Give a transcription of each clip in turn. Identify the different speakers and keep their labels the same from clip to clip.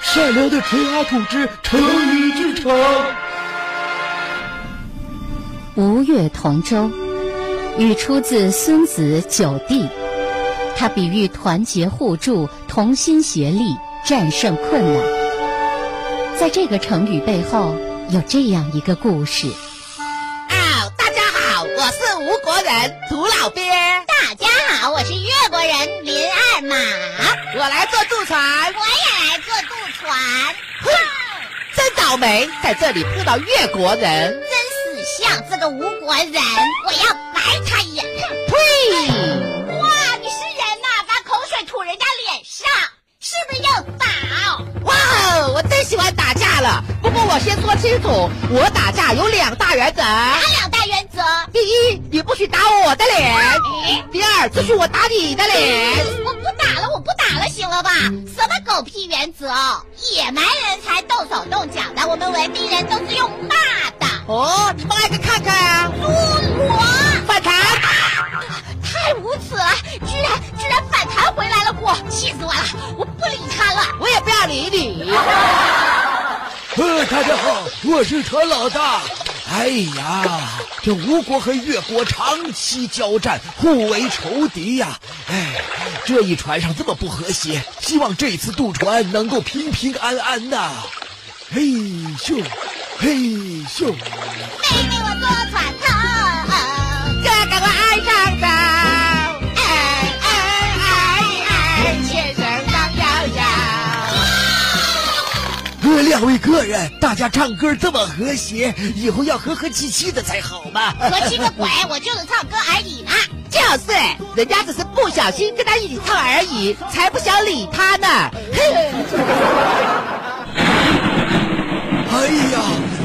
Speaker 1: 善良的纯阿土之成语剧场。
Speaker 2: 吴越同舟，语出自《孙子·九弟》，它比喻团结互助、同心协力战胜困难。在这个成语背后，有这样一个故事。
Speaker 3: 哦，大家好，我是吴国人土老鳖，
Speaker 4: 大家好，我是越国人林二马，
Speaker 3: 我来做渡船，
Speaker 4: 我也来做渡船。
Speaker 3: 哼真倒霉，在这里碰到越国人。
Speaker 4: 真死相，这个吴国人，我要白他一眼！哼
Speaker 3: 呸！
Speaker 4: 哇，你是人呐，把口水吐人家脸上，是不是要打？
Speaker 3: 哇哦，我最喜欢打架了。不过我先说清楚，我打架有两大原则：
Speaker 4: 哪两大原则？
Speaker 3: 第一，你不许打我的脸；第二，不许我打你的脸。
Speaker 4: 我不打了，我不打了，行了吧？什么狗屁原则？野蛮人才动手动脚的，我们文明人都是用骂的。
Speaker 3: 哦，你们来个看看啊！
Speaker 4: 猪罗，
Speaker 3: 反弹！
Speaker 4: 太无耻了，居然居然反弹回来了，我气死我了！我不理他了。
Speaker 3: 我也不要理你。
Speaker 1: 呃，大家好，我是船老大。哎呀，这吴国和越国长期交战，互为仇敌呀、哎，这一船上这么不和谐，希望这次渡船能够平平安安呐、嘿咻，嘿咻，
Speaker 4: 妹妹，我坐船头，
Speaker 3: 这个我爱上的，
Speaker 4: 哎哎哎哎，
Speaker 3: 先生当摇摇。
Speaker 1: 呃，两位客人，大家唱歌这么和谐，以后要和和气气的才好嘛。
Speaker 4: 和气个鬼！我就是唱歌而已嘛。
Speaker 3: 就是，人家只是不小心跟他一起唱而已，才不想理他呢。哼，
Speaker 1: 哎呀，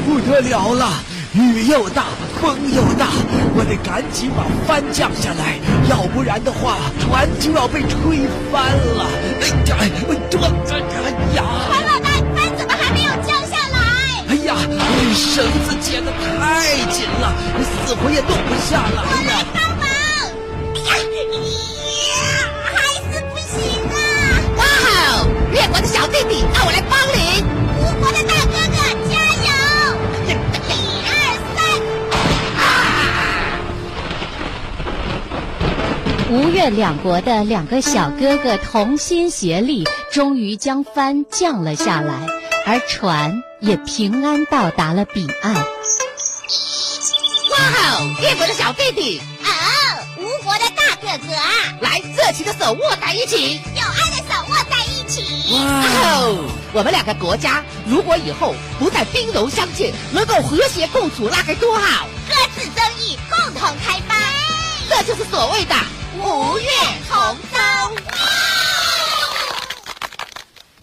Speaker 1: 不得了了！雨又大，风又大，我得赶紧把帆降下来，要不然的话，船就要被吹翻了。哎呀，我这，哎呀，
Speaker 4: 船老大，帆怎么还没有降下来？
Speaker 1: 哎呀，绳子剪得太紧了，死活也弄不下来
Speaker 4: 我来
Speaker 1: 呢。
Speaker 4: 帮忙！哎呀，呀，还是不行啊！
Speaker 3: 哇哦，越国的小弟弟，哦让我来帮你。
Speaker 4: 吴国的大哥哥，加油！一二三，
Speaker 2: 吴越两国的两个小哥哥同心协力，终于将帆降了下来，而船也平安到达了彼岸。
Speaker 3: 哇哦，越国的小弟弟，
Speaker 4: 哦，吴国的大哥哥啊，
Speaker 3: 来热情的手握在一起。
Speaker 4: 有爱的手握在一起。
Speaker 3: 哇哦，我们两个国家如果以后不再兵戎相见，能够和谐共处，那该多好！
Speaker 4: 各自争议，共同开发。
Speaker 3: 这就是所谓的
Speaker 4: 吴越同舟。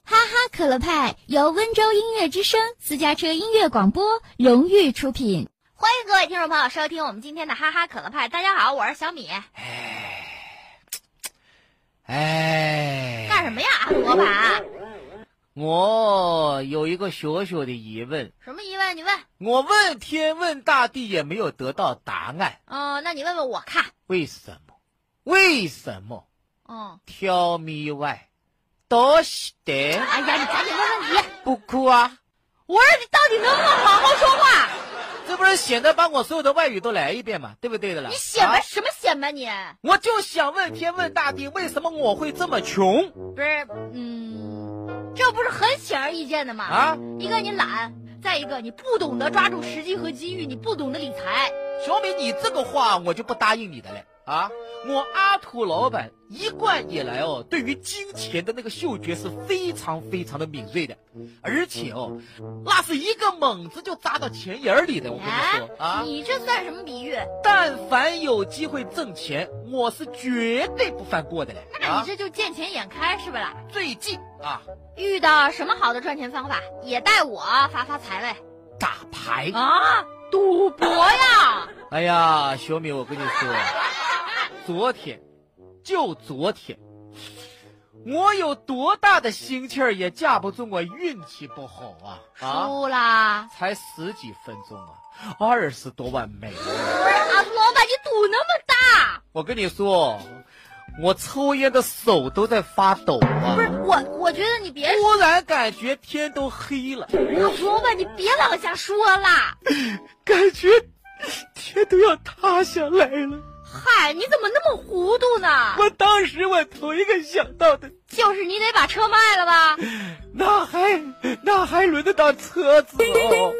Speaker 5: 哈哈可乐派由温州音乐之声私家车音乐广播荣誉出品。
Speaker 6: 欢迎各位听众朋友收听我们今天的哈哈可乐派。大家好，我是小米。
Speaker 7: 哎，
Speaker 6: 干什么呀，啊阿罗吧？
Speaker 7: 我有一个小小的疑问，
Speaker 6: 什么疑问？你问。
Speaker 7: 我问天问大地也没有得到答案，
Speaker 6: 哦、那你问问我看。
Speaker 7: 为什么？为什么
Speaker 6: 嗯，
Speaker 7: ？Tell me why？どうして
Speaker 6: 哎呀，你赶紧问问题。
Speaker 7: 不哭啊？
Speaker 6: 我说你到底能不能好好说话？
Speaker 7: 这不是显得把我所有的外语都来一遍嘛，对不对的啦
Speaker 6: 你？显摆
Speaker 7: 啊
Speaker 6: 什么显摆你？
Speaker 7: 我就想问天问大地，为什么我会这么穷
Speaker 6: 不是，嗯，这不是很显而易见的吗？，
Speaker 7: 啊？
Speaker 6: 一个你懒，再一个你不懂得抓住时机和机遇，你不懂得理财。
Speaker 7: 小米，你这个话我就不答应你的嘞啊！我阿土老板一贯以来哦，对于金钱的那个嗅觉是非常非常的敏锐的，而且哦，那是一个猛子就扎到钱眼儿里的。我跟你说啊，
Speaker 6: 哎你这算什么比喻？
Speaker 7: 但凡有机会挣钱，我是绝对不放过的嘞
Speaker 6: 那
Speaker 7: 啊
Speaker 6: 你！这就见钱眼开是不是啦？
Speaker 7: 最近啊，
Speaker 6: 遇到什么好的赚钱方法，也带我发发财呗！
Speaker 7: 打牌，
Speaker 6: 啊，赌博呀！
Speaker 7: 哎呀，小米，我跟你说，昨天，就昨天，我有多大的心气儿也架不住我运气不好啊啊！
Speaker 6: 输啦！
Speaker 7: 才十几分钟啊，二十多万没了。
Speaker 6: 不是阿福老板，你赌那么大，
Speaker 7: 我跟你说，
Speaker 1: 我抽烟的手都在发抖啊
Speaker 4: 不！是我，我觉得你别，
Speaker 1: 突然感觉天都黑了，
Speaker 4: 我红吧，你别往下说了。
Speaker 1: 感觉天都要塌下来了。
Speaker 4: 嗨，你怎么那么糊涂呢？
Speaker 1: 我当时我头一个想到的，
Speaker 4: 就是你得把车卖了吧？
Speaker 1: 那还那还轮得到车子哦？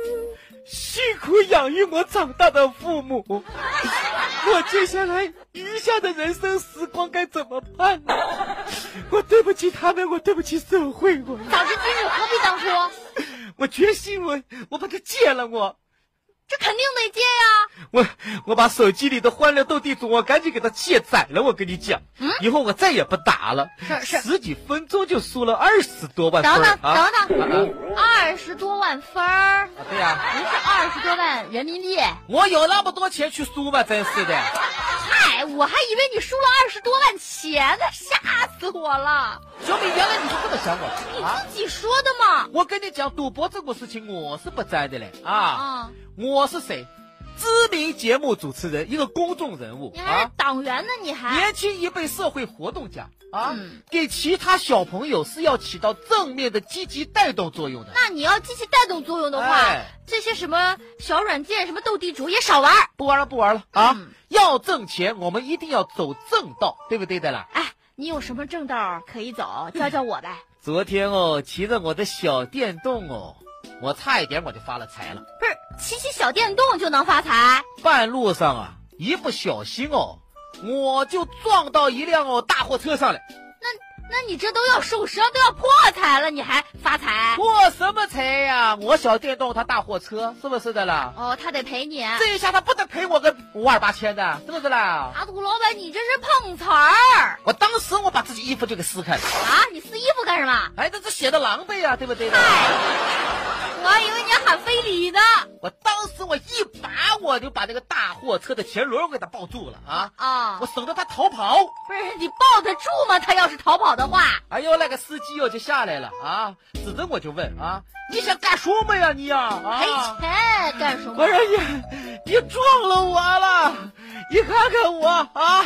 Speaker 1: 辛苦养育我长大的父母，我接下来余下的人生时光该怎么办呢？我对不起他们，我对不起社会，我
Speaker 4: 早知今日何必当初？
Speaker 1: 我决心我我把它戒了我。
Speaker 4: 这肯定得戒呀、
Speaker 1: 我我把手机里的欢乐斗地主，我赶紧给它卸载了。我跟你讲，以后我再也不打了。
Speaker 4: 嗯是
Speaker 1: 十几分钟就输了二十多万分
Speaker 4: 等
Speaker 1: 儿
Speaker 4: 等
Speaker 1: 啊！
Speaker 4: 等等，二十多万分儿，
Speaker 1: 啊对呀、
Speaker 4: 不是二十多万人民币。
Speaker 1: 我有那么多钱去输吗？真是的。啊
Speaker 4: 嗨，我还以为你输了二十多万钱呢，吓死我了！
Speaker 1: 小米，原来你是这么想我
Speaker 4: 你
Speaker 1: 的啊！
Speaker 4: 自己说的嘛。
Speaker 1: 我跟你讲，赌博这个事情我是不沾的嘞啊！
Speaker 4: 啊，
Speaker 1: 我是谁？知名节目主持人，一个公众人物
Speaker 4: 你还是
Speaker 1: 啊，
Speaker 4: 党员呢，你还
Speaker 1: 年轻一辈社会活动家啊
Speaker 4: 嗯，
Speaker 1: 给其他小朋友是要起到正面的积极带动作用的。
Speaker 4: 那你要积极带动作用的话
Speaker 1: 哎，
Speaker 4: 这些什么小软件、什么斗地主也少玩儿。
Speaker 1: 不玩了，不玩了啊
Speaker 4: 嗯！
Speaker 1: 要挣钱，我们一定要走正道，对不对的啦？
Speaker 4: 哎，你有什么正道可以走，教教我呗。
Speaker 1: 昨天哦，骑着我的小电动哦，我差一点我就发了财了。
Speaker 4: 不是，骑骑小电动就能发财？
Speaker 1: 半路上啊，一不小心哦，我就撞到一辆哦大货车上了。
Speaker 4: 那你这都要受伤，都要破财了，你还发财？
Speaker 1: 破什么财呀、我小电动，他大货车，是不是的啦？
Speaker 4: 哦，他得赔你。
Speaker 1: 这一下他不得赔我个五万八千的，是不是啦？
Speaker 4: 阿土老板，你这是碰瓷儿
Speaker 1: 我当时我把自己衣服就给撕开了，
Speaker 4: 啊！你撕衣服干什么？
Speaker 1: 哎，这这写的狼狈呀、对不对的？
Speaker 4: 我还以为你要喊非礼呢。
Speaker 1: 我当时我一把我就把这个大货车的前轮我给他抱住了啊，
Speaker 4: 啊
Speaker 1: 我，省得他逃跑。
Speaker 4: 不是你抱得住吗？他要是逃跑的话，
Speaker 1: 哎呦，那个司机哦就下来了啊，指着我就问啊，你想干什么呀你呀、啊？
Speaker 4: 赔钱干什
Speaker 1: 我
Speaker 4: 么？
Speaker 1: 说你，你撞了我了，你看看我啊，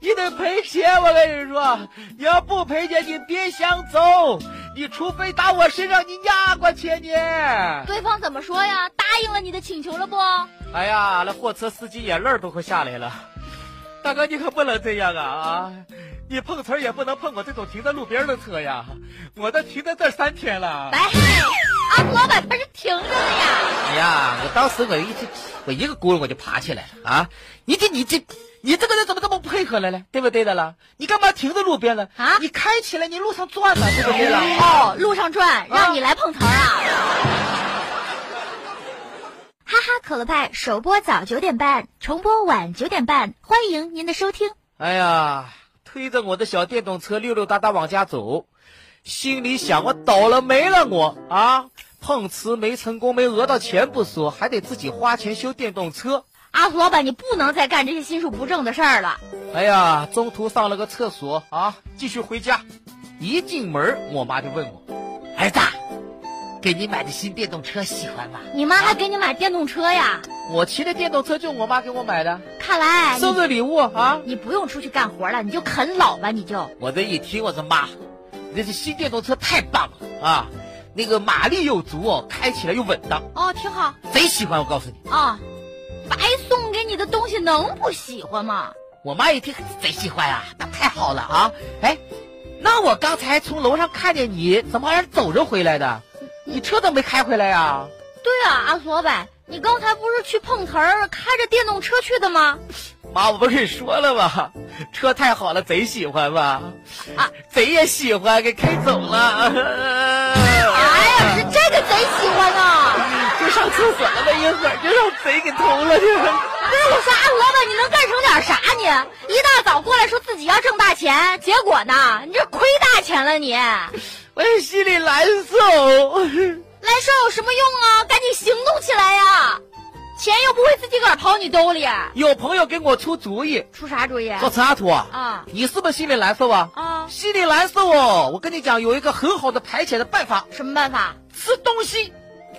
Speaker 1: 你得赔钱。我跟你说，你要不赔钱，你别想走，你除非打我身上你压过去你。
Speaker 4: 对方怎么说呀？答应了你的请求了不？
Speaker 1: 哎呀，那货车司机眼泪儿都快下来了，大哥你可不能这样啊啊！你碰瓷儿也不能碰我这种停在路边儿的车呀，我都停在这儿三天了。
Speaker 4: 来，阿土老板他是停着的呀。
Speaker 1: 哎呀，我当时我一这我一个轱辘我就爬起来了啊！你这你这你这个人怎么这么不配合了嘞？对不对的啦？你干嘛停在路边了？
Speaker 4: 啊
Speaker 1: 你开起来，你路上转呢，对不对啦？
Speaker 4: 哦，路上转，让你来碰瓷儿啊！
Speaker 5: 哈哈可乐派首播早九点半，重播晚九点半，欢迎您的收听。
Speaker 1: 哎呀，推着我的小电动车溜溜达达往家走，心里想我倒了霉了我啊！碰瓷没成功，没讹到钱不说，还得自己花钱修电动车。
Speaker 4: 阿土老板，你不能再干这些心术不正的事儿了。
Speaker 1: 哎呀，中途上了个厕所啊，继续回家。一进门，我妈就问我：“儿子，给你买的新电动车喜欢吗
Speaker 4: 你妈还给你买电动车呀？？”
Speaker 1: 我骑的电动车就我妈给我买的，
Speaker 4: 看来
Speaker 1: 生
Speaker 4: 你
Speaker 1: 日礼物啊！
Speaker 4: 你不用出去干活了，你就啃老吧，你就。
Speaker 1: 我这一听，我说妈，你这新电动车太棒了啊！那个马力又足哦，开起来又稳当，
Speaker 4: 哦，挺好
Speaker 1: 贼喜欢。我告诉你，
Speaker 4: 啊、白送给你的东西能不喜欢吗？
Speaker 1: 我妈一听贼喜欢啊，那太好了啊！哎，那我刚才从楼上看见你，怎么好像走着回来的？你车都没开回来呀、啊？
Speaker 4: 对啊，阿苏老板，你刚才不是去碰瓷儿，开着电动车去的吗？
Speaker 1: 妈，我不跟你说了吗？车太好了，贼喜欢吧？啊，贼也喜欢，给开走了。
Speaker 4: 哎呀，是这个贼喜欢啊呢。
Speaker 1: 就上厕所了吧，一会儿就让贼给偷了去了。
Speaker 4: 不哎是我说，阿苏老板，你能干成点啥你？一大早过来说自己要挣大钱，结果呢，你这亏大钱了你。来
Speaker 1: 我也心里难受。
Speaker 4: 说有什么用啊？赶紧行动起来呀！钱又不会自己个儿跑你兜里，
Speaker 1: 有朋友给我出主意，
Speaker 4: 出啥主意？
Speaker 1: 说陈阿土啊，
Speaker 4: 啊
Speaker 1: 你是不是心里难受啊？
Speaker 4: 啊！
Speaker 1: 心里难受哦，我跟你讲，有一个很好的排解的办法，
Speaker 4: 什么办法？
Speaker 1: 吃东西。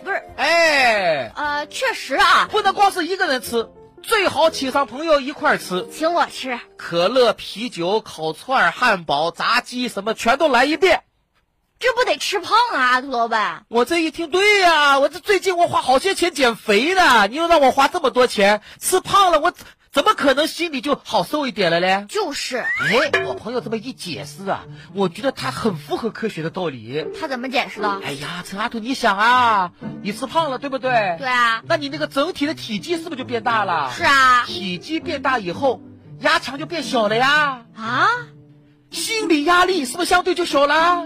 Speaker 4: 不是，
Speaker 1: 哎，
Speaker 4: 呃，确实啊，
Speaker 1: 不能光是一个人吃，最好请上朋友一块儿吃，
Speaker 4: 请我吃，
Speaker 1: 可乐、啤酒、烤串儿、汉堡、炸鸡什么全都来一遍。
Speaker 4: 这不得吃胖啊，阿土老板！
Speaker 1: 我这一听，对呀、我这最近我花好些钱减肥的，你又让我花这么多钱，吃胖了，我怎怎么可能心里就好受一点了嘞？
Speaker 4: 就是
Speaker 1: 哎，我朋友这么一解释啊，我觉得他很符合科学的道理。
Speaker 4: 他怎么解释的？
Speaker 1: 哎呀，陈阿土，你想啊，你吃胖了，对不对？
Speaker 4: 对。啊，
Speaker 1: 那你那个整体的体积是不是就变大了？
Speaker 4: 是。啊，
Speaker 1: 体积变大以后，压强就变小了呀，
Speaker 4: 啊，
Speaker 1: 心理压力是不是相对就小了？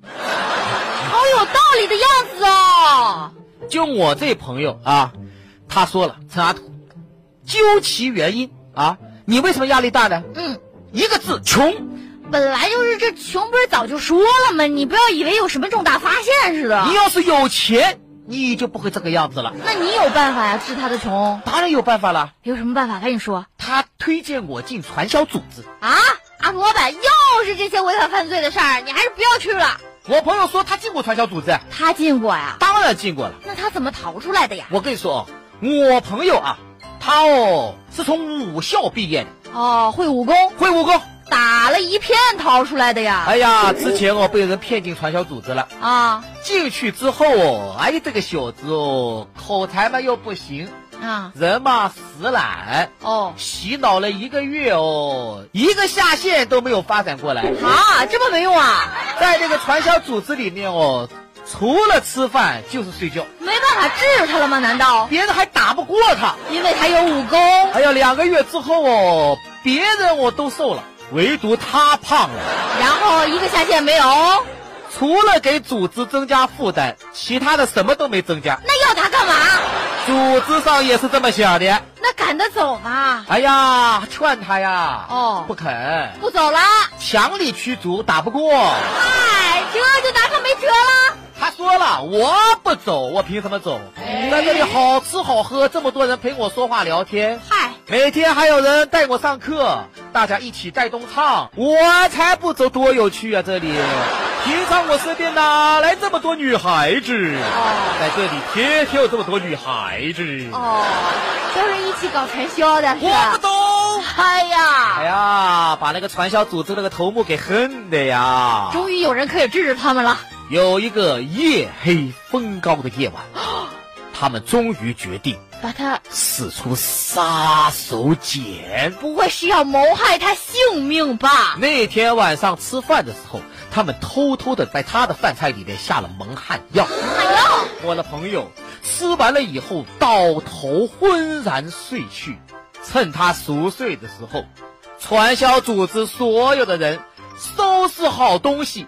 Speaker 4: 好有道理的样子哦。
Speaker 1: 就我这朋友啊，他说了，陈阿土，究其原因啊，你为什么压力大呢？
Speaker 4: 嗯，
Speaker 1: 一个字，穷。
Speaker 4: 本来就是这穷不是早就说了吗？你不要以为有什么重大发现似的
Speaker 1: 你。要是有钱，你就不会这个样子了。
Speaker 4: 那你有办法呀、治他的穷？
Speaker 1: 当然有办法了，
Speaker 4: 有什么办法？赶紧说
Speaker 1: 他推荐我进传销组织。
Speaker 4: 啊！阿土老板，又是这些违法犯罪的事儿，你还是不要去了。
Speaker 1: 我朋友说他进过传销组织，
Speaker 4: 他进过呀？
Speaker 1: 当然进过了。
Speaker 4: 那他怎么逃出来的呀？
Speaker 1: 我跟你说哦，我朋友啊，他哦是从武校毕业的，
Speaker 4: 哦，会武功，
Speaker 1: 会武功。
Speaker 4: 打了一片逃出来的呀？
Speaker 1: 哎呀，之前哦被人骗进传销组织了。
Speaker 4: 啊
Speaker 1: 进去之后哦，哎，这个小子哦，口才嘛又不行，
Speaker 4: 啊
Speaker 1: 人嘛死懒，
Speaker 4: 哦，
Speaker 1: 洗脑了一个月哦，一个下线都没有发展过来。
Speaker 4: 啊，这么没用啊？
Speaker 1: 在这个传销组织里面哦，除了吃饭就是睡觉，
Speaker 4: 没办法治他了吗？难道
Speaker 1: 别人还打不过他。
Speaker 4: 因为他有武功？
Speaker 1: 哎呀，两个月之后哦，别人我都瘦了，唯独他胖了。
Speaker 4: 然后一个下线没有？
Speaker 1: 除了给组织增加负担，其他的什么都没增加。
Speaker 4: 那要他干嘛？
Speaker 1: 组织上也是这么想的。
Speaker 4: 那赶得走吗？
Speaker 1: 哎呀，劝他呀，
Speaker 4: 哦
Speaker 1: 不肯，
Speaker 4: 不走了，
Speaker 1: 强力驱逐，打不过。
Speaker 4: 哎，这就拿他没辙了。
Speaker 1: 他说了，我不走，我凭什么走？
Speaker 4: 哎
Speaker 1: 在这里好吃好喝，这么多人陪我说话聊天，
Speaker 4: 嗨，
Speaker 1: 每天还有人带我上课，大家一起带动唱，我才不走，多有趣啊！这里，平常我身边哪来这么多女孩子？
Speaker 4: 哦
Speaker 1: 在这里天天有这么多女孩子，
Speaker 4: 哦，都是一起搞传销的，是
Speaker 1: 我不
Speaker 4: 吧？
Speaker 1: 懂。
Speaker 4: 哎呀
Speaker 1: 哎呀，把那个传销组织那个头目给恨的呀！
Speaker 4: 终于有人可以制止他们了。
Speaker 1: 有一个夜黑风高的夜晚，
Speaker 4: 哦
Speaker 1: 他们终于决定
Speaker 4: 把他
Speaker 1: 使出杀手锏。
Speaker 4: 不会是要谋害他性命吧？
Speaker 1: 那天晚上吃饭的时候，他们偷偷的在他的饭菜里面下了蒙汗药。
Speaker 4: 哎呦，
Speaker 1: 我的朋友吃完了以后倒头昏然睡去，趁他熟睡的时候，传销组织所有的人收拾好东西，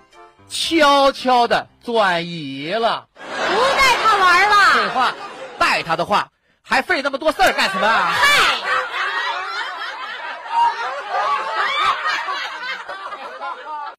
Speaker 1: 悄悄的转移了。
Speaker 4: 不带他玩
Speaker 1: 废
Speaker 4: 了。
Speaker 1: 话，带他的话，还费那么多事儿干什么啊？
Speaker 4: 嗨，